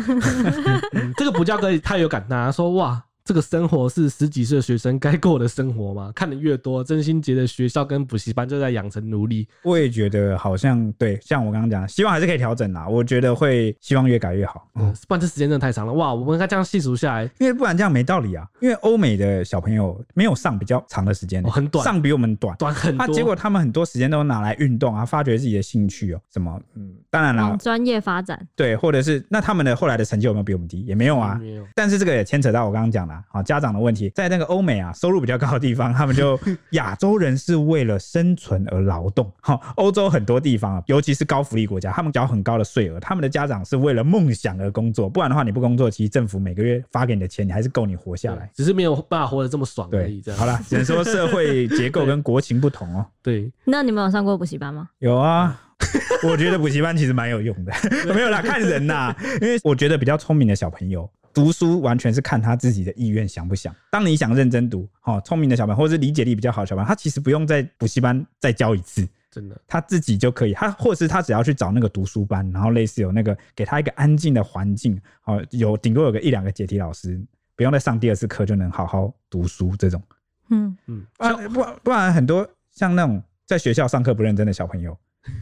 Speaker 3: 嗯这个补教哥太有感呐，说哇。这个生活是十几岁的学生该过的生活吗？看的越多，真心觉得学校跟补习班就在养成奴隶。
Speaker 2: 我也觉得好像对，像我刚刚讲，希望还是可以调整啦。我觉得会希望越改越好，
Speaker 3: 嗯，不然这时间真的太长了。哇，我们看这样细数下来，
Speaker 2: 因为不然这样没道理啊。因为欧美的小朋友没有上比较长的时间、
Speaker 3: 哦很短
Speaker 2: 上比我们短。
Speaker 3: 短很
Speaker 2: 他、
Speaker 3: 多。
Speaker 2: 啊结果他们很多时间都拿来运动啊，发掘自己的兴趣哦、什么嗯，当然啦
Speaker 1: 往，专业发展，
Speaker 2: 对，或者是那他们的后来的成就有没有比我们低？也没有啊，
Speaker 3: 没有
Speaker 2: 但是这个也牵扯到我刚刚讲的啊，好家长的问题，在那个欧美啊，收入比较高的地方，他们 就亚洲人是为了生存而劳动。哈，欧洲很多地方啊，尤其是高福利国家，他们缴很高的税额，他们的家长是为了梦想而工作，不然的话你不工作，其实政府每个月发给你的钱，你还是够你活下来
Speaker 3: 对。只是没有办法活得这么爽而
Speaker 2: 对
Speaker 3: 已。这，样
Speaker 2: 好啦，只能说社会结构跟国情不同哦。
Speaker 3: 对，
Speaker 1: 那你们有上过补习班吗？
Speaker 2: 有啊， 我觉得补习班其实蛮有用的，没有啦，看人呐，因为我觉得比较聪明的小朋友。读书完全是看他自己的意愿想不想。当你想认真读，好、聪明的小朋友或是理解力比较好的小朋友，他其实不用在补习班再教一次，
Speaker 3: 真的
Speaker 2: 他自己就可以。他或是他只要去找那个读书班，然后类似有那个给他一个安静的环境，好、有顶多有个一两个解题老师，不用再上第二次课就能好好读书这种。
Speaker 1: 嗯，
Speaker 3: 嗯，
Speaker 2: 不然啊不然不然很多像那种在学校上课不认真的小朋 友，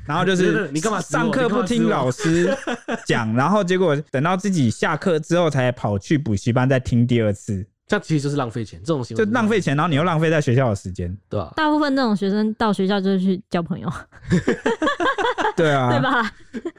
Speaker 2: 然后就
Speaker 3: 对对
Speaker 2: 是
Speaker 3: 对你干嘛指我
Speaker 2: 上课不听老 师讲，然后结果等到自己下课之后才跑去补习班再听第二次，
Speaker 3: 这样其实就是浪费钱，这种行为
Speaker 2: 就
Speaker 3: 就是
Speaker 2: 浪费，钱，然后你又浪费在学校的时 间，
Speaker 3: 对吧？
Speaker 1: 大部分那种学生到学校就是去交朋友，
Speaker 2: 啊对啊，
Speaker 1: 对？吧？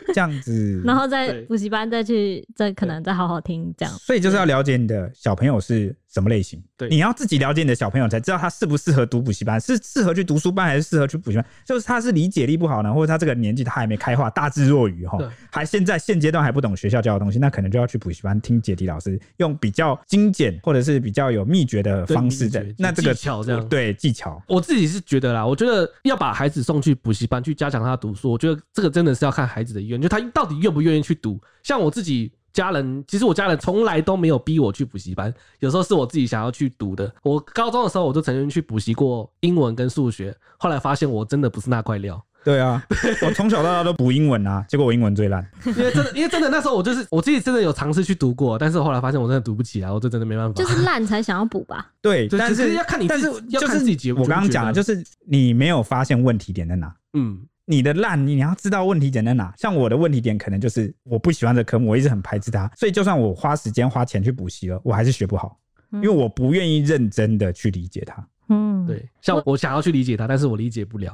Speaker 2: 这样 子，
Speaker 1: 然后在
Speaker 3: 对
Speaker 1: 补习班再去，再可能再好好听这样。
Speaker 2: 所以就是要了解你的小朋友是什么类型，
Speaker 3: 对
Speaker 2: 你要自己了解你的小朋友，才知道他适不适合读补习班，是适合去读书班还是适合去补习班。就是他是理解力不好呢，或者他这个年纪他还没开化，大智若愚哈
Speaker 3: 对，
Speaker 2: 还现在现阶段还不懂学校教的东西，那可能就要去补习班听解题老师用比较精简或者是比较有秘诀的
Speaker 3: 对
Speaker 2: 方式
Speaker 3: 秘诀
Speaker 2: 在
Speaker 3: 就
Speaker 2: 那这个
Speaker 3: 技巧这样
Speaker 2: 对技巧。
Speaker 3: 我自己是觉得啦，我觉得要把孩子送去补习班去加强他的读书，我觉得这个真的是要看孩子的意愿，就他到底愿不愿意去读。像我自己家人，其实我家人从来都没有逼我去补习班，有时候是我自己想要去读的。我高中的时候我就曾经去补习过英文跟数学，后来发现我真的不是那块料，
Speaker 2: 对啊，我从小到大都补英文啊，结果我英文最烂。
Speaker 3: 因 为真的，因为真的那时候我就是我自己真的有尝试去读过，但是我后来发现我真的读不起来，我这真的没办法。
Speaker 1: 就是烂才想要补吧，
Speaker 2: 对，
Speaker 3: 对
Speaker 2: 但
Speaker 3: 只
Speaker 2: 是
Speaker 3: 是要看你
Speaker 2: 但
Speaker 3: 自
Speaker 2: 是
Speaker 3: 己要
Speaker 2: 就
Speaker 3: 看
Speaker 2: 是
Speaker 3: 自己觉不
Speaker 2: 我刚刚
Speaker 3: 觉
Speaker 2: 讲的
Speaker 3: 得
Speaker 2: 就是你没有发现问题点在哪。
Speaker 3: 嗯，
Speaker 2: 你的烂，你你要知道问题点在哪。像我的问题点可能就是我不喜欢这科目，我一直很排斥它，所以就算我花时间花钱去补习了，我还是学不好，因
Speaker 1: 嗯
Speaker 2: 为我不愿意认真的去理解它。
Speaker 1: 嗯，。
Speaker 3: 对，像我想要去理解他，但是我理解不了。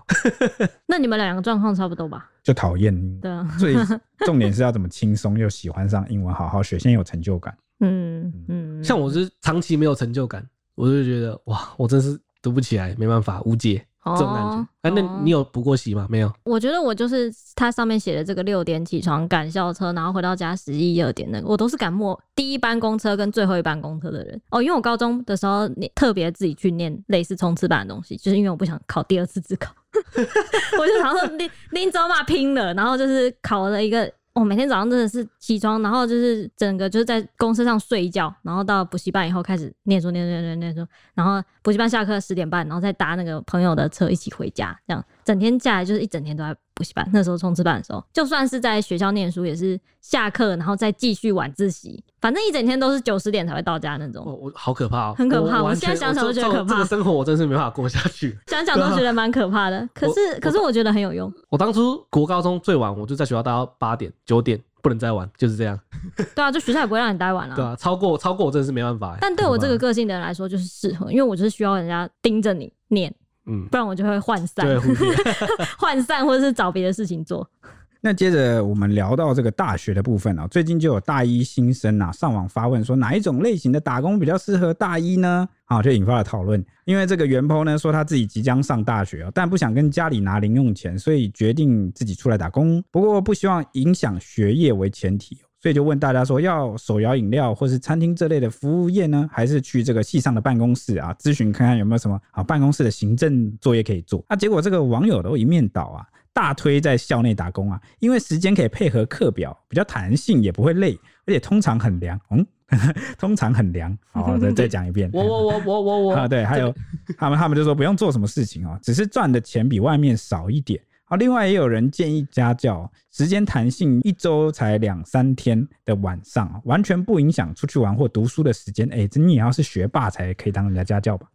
Speaker 1: 那你们两个状况差不多吧？
Speaker 2: 就讨厌，
Speaker 1: 对啊，
Speaker 2: 所以重点是要怎么轻松又喜欢上英文，好好学，先有成就感。
Speaker 1: 嗯嗯，
Speaker 3: 像我是长期没有成就感，我就觉得哇，我真是读不起来，没办法，无解
Speaker 1: 哦
Speaker 3: 这种感觉。哎、那你有补过习吗？没有，
Speaker 1: 我觉得我就是它上面写的这个六点起床赶校车，然后回到家十一二点那个，我都是赶末第一班公车跟最后一班公车的人。哦，因为我高中的时候你特别自己去念类似冲刺班的东西，就是因为我不想考第二次自考，我就想说拎拎走嘛拼了，然后就是考了一个。我、每天早上真的是起床，然后就是整个就是在公车上睡一觉，然后到补习班以后开始念书，念书，念书，念书，然后补习班下课十点半，然后再搭那个朋友的车一起回家，这样整天下来就是一整天都在补习班。那时候冲刺班的时候，就算是在学校念书，也是下课然后再继续晚自习，反正一整天都是九十点才会到家那
Speaker 3: 我
Speaker 1: 种。
Speaker 3: 我好可怕哦、
Speaker 1: 很可怕
Speaker 3: 我
Speaker 1: 我
Speaker 3: 完
Speaker 1: 现在
Speaker 3: 全
Speaker 1: 想想
Speaker 3: 我
Speaker 1: 都
Speaker 3: 这
Speaker 1: 觉得
Speaker 3: 这
Speaker 1: 可怕
Speaker 3: 这个生活我真是没办法过下去。
Speaker 1: 想想都觉得蛮可怕的，可是可是我觉得很有用。
Speaker 3: 我当初国高中最晚我就在学校待到八点九点，不能再晚，就是这样。
Speaker 1: 对啊，就学校也不会让你待晚了、
Speaker 3: 对啊，超过超过我真的是没办法、哎
Speaker 1: 但对我这个
Speaker 3: 很可
Speaker 1: 个性的人来说，就是适
Speaker 2: 嗯
Speaker 1: 合，因为我就是需要人家盯着你念，
Speaker 3: 怕嗯。
Speaker 1: 不然我就会涣散
Speaker 3: 对，，蝴蝶
Speaker 1: 涣散或者是找别的事情做。
Speaker 2: 那接着我们聊到这个大学的部分啊、最近就有大一新生啊上网发问说哪一种类型的打工比较适合大一呢？啊，就引发了讨论。因为这个袁鹏呢说他自己即将上大学哦，但不想跟家里拿零用钱，所以决定自己出来打工。不过不希望影响学业为前提哦，所以就问大家说，要手摇饮料或是餐厅这类的服务业呢，还是去这个系上的办公室啊，咨询看看有没有什么啊办公室的行政作业可以做？啊，结果这个网友都一面倒啊，大推在校内打工啊，因为时间可以配合课表，比较弹性，也不会累，而且通常很凉。嗯， 通常很 凉。好、再再讲一遍。
Speaker 3: 我我我我我
Speaker 2: 啊，
Speaker 3: 我，
Speaker 2: 对，还有他们他们就说不用做什么事情哦，只是赚的钱比外面少一点。啊，另外也有人建议家教哦时间弹性，一周才两三天的晚上啊，完全不影响出去玩或读书的时间。哎、这你也要是学霸才可以当人家家教吧？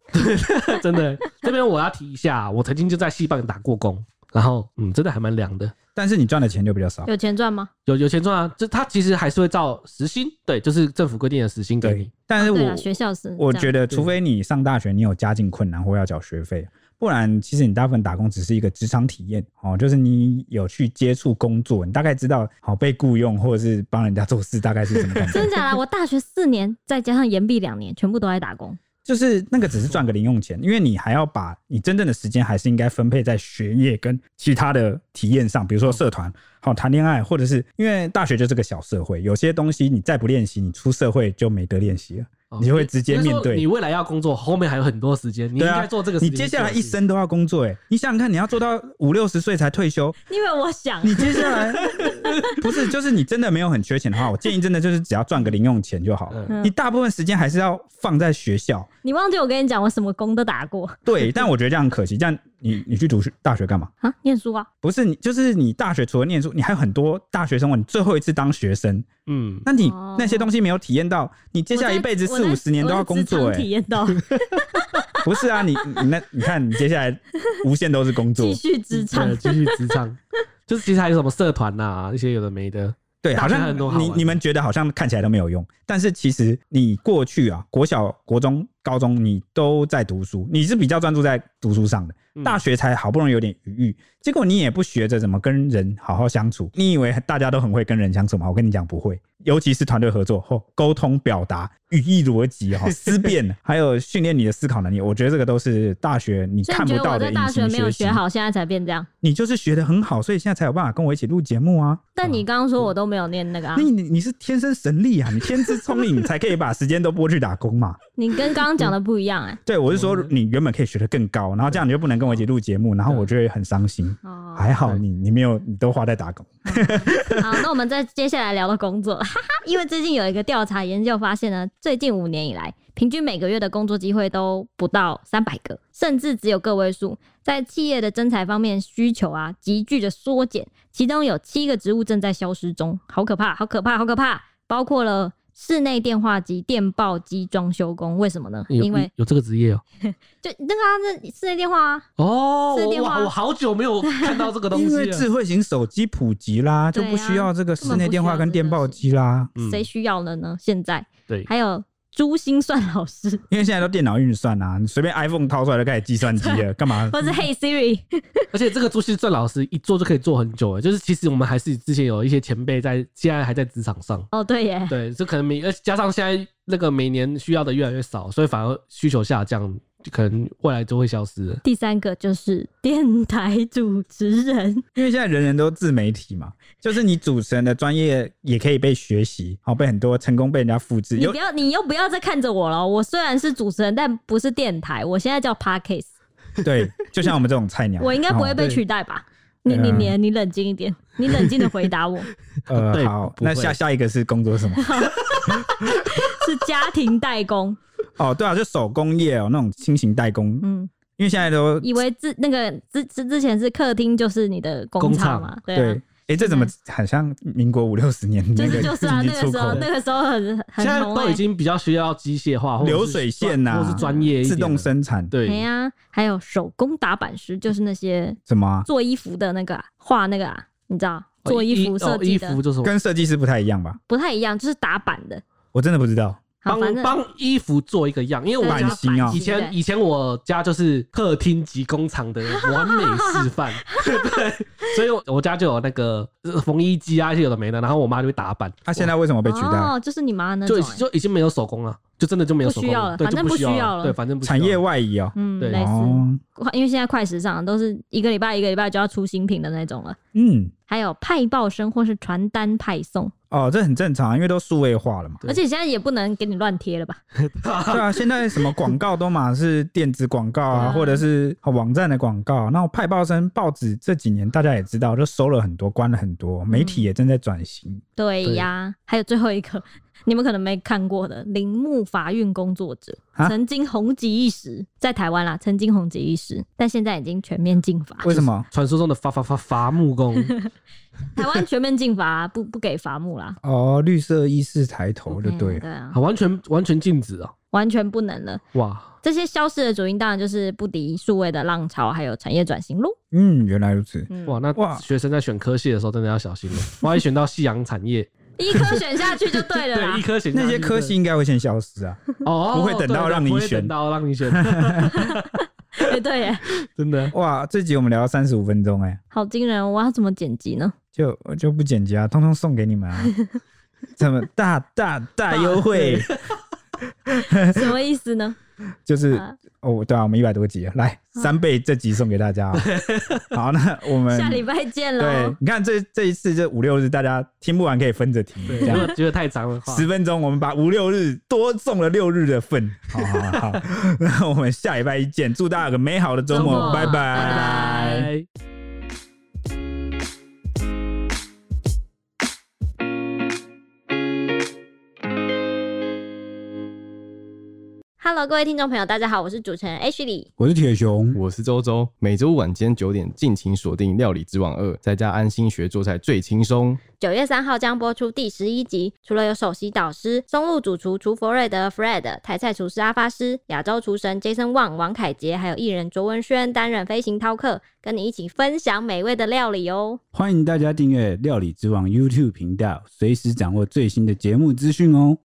Speaker 3: 真的，欸这边我要提一下，我曾经就在戏班打过工，然后嗯，真的还蛮凉的。
Speaker 2: 但是你赚的钱就比较少。
Speaker 1: 有钱赚吗？
Speaker 3: 有有钱赚啊，这他其实还是会照时薪，对，就是政府规定的时薪给
Speaker 2: 对
Speaker 3: 你。，
Speaker 2: 但是
Speaker 1: 对
Speaker 2: 哎我、
Speaker 1: 啊，学校是
Speaker 2: 我
Speaker 1: 这样
Speaker 2: 觉得，除非你上大学，你有家境困难或要缴学费，不然其实你大部分打工只是一个职场体验哦，就是你有去接触工作，你大概知道好被雇佣或者是帮人家做事大概是什么感觉。
Speaker 1: 真假 啦，我大学四年再加上延毕两年，全部都在打工。
Speaker 2: 就是那个只是赚个零用钱，因为你还要把你真正的时间还是应该分配在学业跟其他的体验上，比如说社团、好谈恋爱，或者是因为大学就是个小社会，有些东西你再不练习，你出社会就没得练习了。
Speaker 3: 哦
Speaker 2: 你会直接面对
Speaker 3: 就是说你未来要工作，后面还有很多时间，你应
Speaker 2: 对
Speaker 3: 该
Speaker 2: 啊
Speaker 3: 做这个事
Speaker 2: 你
Speaker 3: 情。
Speaker 2: 接下来一生都要工作、欸，你想想看，你要做到五六十岁才退休，
Speaker 1: 因为我想，
Speaker 2: 你接下来不是就是你真的没有很缺钱的话，我建议真的就是只要赚个零用钱就好了。
Speaker 3: 嗯
Speaker 2: 你大部分时间还是要放在学校，
Speaker 1: 你忘记我跟你讲，我什么工都打过
Speaker 2: 对。但我觉得这样很可惜，这样你你去读学大学干嘛？
Speaker 1: 啊，念书啊，
Speaker 2: 不是你，就是你大学除了念书，你还有很多大学生活。你最后一次当学生，
Speaker 3: 嗯，
Speaker 2: 那你
Speaker 1: 哦
Speaker 2: 那些东西没有体验到，你接下来一辈子
Speaker 1: 我
Speaker 2: 四
Speaker 1: 在
Speaker 2: 五十年都要工
Speaker 1: 我
Speaker 2: 作、
Speaker 1: 在职场体
Speaker 2: 欸，
Speaker 1: 验 到
Speaker 2: 不是啊？你你那你看，你接下来无限都是工作
Speaker 1: 继，续职场
Speaker 3: 对，继续职场， 就是其实还有什么社团呐、一些有的没的，
Speaker 2: 对，
Speaker 3: 大
Speaker 2: 好
Speaker 3: 学
Speaker 2: 像
Speaker 3: 很多好
Speaker 2: 你
Speaker 3: 玩
Speaker 2: 你
Speaker 3: 的
Speaker 2: 们觉得好像看起来都没有用，但是其实你过去啊，国小、国中、高中你都在读书，你是比较专注在读书上的，
Speaker 3: 嗯
Speaker 2: 大学才好不容易有点余裕，结果你也不学着怎么跟人好好相处，你以为大家都很会跟人相处吗？我跟你讲不会，尤其是团队合作后，沟通、表达、语义逻 辑哈、思辨，还有训练你的思考能力，我觉得这个都是大学你
Speaker 1: 所以
Speaker 2: 看
Speaker 1: 你
Speaker 2: 不
Speaker 1: 觉得
Speaker 2: 到
Speaker 1: 我
Speaker 2: 的
Speaker 1: 在
Speaker 2: 隐
Speaker 1: 大学
Speaker 2: 形
Speaker 1: 没有
Speaker 2: 学习
Speaker 1: 学。好，现在才变这样？
Speaker 2: 你就是学得很好，所以现在才有办法跟我一起录节目啊。
Speaker 1: 但你刚刚说我都没有念那个啊
Speaker 2: 那，你你是天生神力啊，你天资聪颖，你才可以把时间都拨去打工 嘛。
Speaker 1: 你跟刚刚讲的不一样哎、
Speaker 2: 对，我是说你原本可以学得更高，然后这样你就不能跟我一起录节目，然后我就会很伤心。
Speaker 1: 嗯哦，
Speaker 2: 还好
Speaker 3: 对
Speaker 2: 你你没有，你都花在打工。
Speaker 1: 好，那我们再接下来聊到工作，哈哈。因为最近有一个调查研究发现呢，最近五年以来，平均每个月的工作机会都不到三百个，甚至只有个位数。在企业的征才方面，需求啊急剧的缩减，其中有七个职务正在消失中，好可怕，好可怕，好可怕！包括了室内电话机、电报机装修工，为什么呢？
Speaker 3: 有
Speaker 1: 因为
Speaker 3: 有这个职业哦、
Speaker 1: 就那个啊，那室内电话啊，
Speaker 3: 哦，
Speaker 1: 是
Speaker 3: 我
Speaker 1: 电话
Speaker 3: 哇，我好久没有看到这个 东
Speaker 2: 因
Speaker 3: 西
Speaker 2: 为
Speaker 3: 了。
Speaker 2: 智慧型手机普及啦，就
Speaker 1: 啊对啊
Speaker 2: 不需要这个室
Speaker 1: 根本
Speaker 2: 内
Speaker 1: 不
Speaker 2: 电话
Speaker 1: 需要
Speaker 2: 跟
Speaker 1: 这
Speaker 2: 电
Speaker 1: 个
Speaker 2: 报
Speaker 1: 事
Speaker 2: 机啦，
Speaker 3: 嗯
Speaker 1: 谁需要了呢？现在
Speaker 3: 对，
Speaker 1: 还有珠心算老师，
Speaker 2: 因为现在都电脑运算啊，你随便 iPhone 掏出来就开始计算机 了，干嘛？
Speaker 1: 或 是 Hey Siri。
Speaker 3: 而且这个朱熹郑老师一做就可以做很久了，就是其实我们还是之前有一些前辈在，现在还在职场上。
Speaker 1: 哦，对耶，
Speaker 3: 对，这可能每，而且加上现在那个每年需要的越来越少，所以反而需求下降，就可能未来就会消失了。
Speaker 1: 第三个就是电台主持人，
Speaker 2: 因为现在人人都自媒体嘛，就是你主持人的专业也可以被学习，好被很多成功被人家复制。
Speaker 1: 你
Speaker 2: 有
Speaker 1: 不要，你又不要再看着我了。我虽然是主持人，但不是电台，我现在叫 Parkes，
Speaker 2: 对，就像我们这种菜鸟，
Speaker 1: 我应该不会被
Speaker 2: 哦
Speaker 1: 取代吧？你你
Speaker 3: 嗯
Speaker 1: 你你冷静一点，你冷静的回答 我，
Speaker 2: 呃，
Speaker 3: 对
Speaker 2: 好，
Speaker 3: 不
Speaker 2: 那
Speaker 3: 会
Speaker 2: 下下一个是工作是什么？
Speaker 1: 是家庭代工，
Speaker 2: 哦，对啊，就手工业哦，那种新型代工，
Speaker 1: 嗯，
Speaker 2: 因为现在都
Speaker 1: 以为之那个之之之前是客厅就是你的工厂嘛，对
Speaker 2: 对
Speaker 1: 啊，，
Speaker 2: 哎，这怎么很像民国五六十年
Speaker 1: 就
Speaker 2: 那
Speaker 1: 是
Speaker 2: 个
Speaker 1: 就是啊，
Speaker 2: 进
Speaker 1: 那
Speaker 2: 进
Speaker 1: 个
Speaker 2: 出
Speaker 1: 时候
Speaker 2: 口
Speaker 1: 那个时候很
Speaker 3: 现在
Speaker 1: 很红
Speaker 3: 都已
Speaker 1: 哎，
Speaker 3: 经比较需要机械化，或者是
Speaker 2: 流水线呐，
Speaker 3: 或者是专业一点的
Speaker 2: 自动生产，
Speaker 3: 对，
Speaker 1: 哎呀，还有手工打板师，就是那些
Speaker 2: 什么啊
Speaker 1: 做衣服的那个啊画那个啊，你知道做衣服
Speaker 3: 哦
Speaker 1: 设计
Speaker 3: 衣
Speaker 1: 的
Speaker 3: 服就是
Speaker 2: 跟设计师不太一样吧？
Speaker 1: 不太一样，就是打板的。
Speaker 2: 我真的不知道，
Speaker 1: 好，
Speaker 3: 帮
Speaker 1: 反正
Speaker 3: 帮衣服做一个样，因为我
Speaker 2: 版
Speaker 3: 家
Speaker 2: 型啊
Speaker 3: 以前
Speaker 1: 对
Speaker 3: 以前我家就是客厅及工厂的完美示范， 对，所以我我家就有那个呃缝衣机啊，一些有的没的，然后我妈就会打板，
Speaker 2: 他现在为什么被取代？
Speaker 1: 哦，就是你妈那
Speaker 3: 就
Speaker 1: 种
Speaker 3: 已
Speaker 1: 欸、
Speaker 3: 就已经没有手工了，就真的就没有
Speaker 1: 不
Speaker 3: 手
Speaker 1: 需
Speaker 3: 工
Speaker 1: 要了
Speaker 3: 对，
Speaker 1: 反
Speaker 3: 就
Speaker 1: 正不
Speaker 3: 不
Speaker 1: 需要了
Speaker 3: 对，反正不需
Speaker 2: 产业
Speaker 3: 要了
Speaker 2: 外移哦。
Speaker 1: 嗯，
Speaker 3: 对
Speaker 1: 类似，
Speaker 2: 哦，
Speaker 1: 快因为现在快时尚都是一个礼拜一个礼拜就要出新品的那种了。
Speaker 2: 嗯，
Speaker 1: 还有派报生或是传单派送，
Speaker 2: 哦，这很正常，因为都数位化了嘛。
Speaker 3: 对
Speaker 1: 而且现在也不能给你乱贴了吧？
Speaker 2: 对啊，现在什么广告都嘛是电子广告啊，
Speaker 1: 嗯
Speaker 2: 或者是网站的广告。那派报生报纸这几年大家也知道，就收了很多，关了很多，媒体也正在转型。
Speaker 1: 对呀，还有最后一个， 你们可能没看过的铃木法运工作者，
Speaker 2: 啊
Speaker 1: 曾经红极一时，在台湾啦，曾经红极一时，但现在已经全面禁伐。
Speaker 2: 为什么？
Speaker 3: 传说中的伐伐伐伐木工，
Speaker 1: 台湾全面禁伐，不不给伐木啦。
Speaker 2: 哦，绿色意识抬头就
Speaker 1: 嗯
Speaker 2: 对了。
Speaker 1: 对啊
Speaker 3: 啊，完全完全禁止哦，
Speaker 1: 完全不能了。
Speaker 3: 哇，
Speaker 1: 这些消失的主因当然就是不敌数位的浪潮，还有产业转型喽。
Speaker 2: 嗯，原来如此。
Speaker 1: 嗯
Speaker 3: 哇，，那
Speaker 2: 哇
Speaker 3: 学生在选科系的时候真的要小心了，万一选到夕阳产业，
Speaker 1: 一科选下去就对啊了
Speaker 3: 对，
Speaker 1: 啦
Speaker 3: 一。科选
Speaker 2: 那些科系应该会先消失 啊。
Speaker 3: 哦，
Speaker 2: 不会等到
Speaker 3: 对
Speaker 2: 让你
Speaker 3: 不会
Speaker 2: 选
Speaker 3: 等到让你选，
Speaker 1: 哎，对耶，
Speaker 3: 真的
Speaker 2: 哇，这集我们聊三十五分钟哎、
Speaker 1: 好惊人！我要怎么剪辑 呢？
Speaker 2: 就就不剪辑啊，通通送给你们 啊。怎么大大大优惠？
Speaker 1: 什么意思呢？
Speaker 2: 就是
Speaker 1: 啊
Speaker 2: 哦，对啊，我啊们一百多集了，来三倍这集送给大 家、啊。好，那我
Speaker 3: 嗯
Speaker 2: 们
Speaker 1: 下礼拜见
Speaker 2: 对
Speaker 1: 喽，，
Speaker 2: 你看这这一次这五六日，大家听不完可以分着听，
Speaker 3: 对，
Speaker 2: 这
Speaker 3: 如
Speaker 2: 样
Speaker 3: 果觉得太长的话，
Speaker 2: 啊十分钟，我们把五六日多送了六日的份。好好好，好 那我们下礼拜一见，祝大家有个美好的周
Speaker 1: 周
Speaker 2: 末，
Speaker 1: 末
Speaker 2: 拜
Speaker 1: 拜拜
Speaker 3: 拜。
Speaker 1: ！Hello，各位听众朋友，大家好，我是主持人 H 李。
Speaker 2: 我是铁熊，
Speaker 4: 我是周周，每周五晚间九点尽情锁定《料理之王二》，在家安心学做菜最轻松。
Speaker 1: 九月三号将播出第十一集。除了有首席导师、松露主厨厨佛瑞德 （Fred）、台菜厨师阿发师、亚洲厨神 Jason Wang、王凯杰，还有艺人卓文萱担任飞行饕客，跟你一起分享美味的料理哦。
Speaker 5: 欢迎大家订阅《料理之王》YouTube 频道，随时掌握最新的节目资讯哦。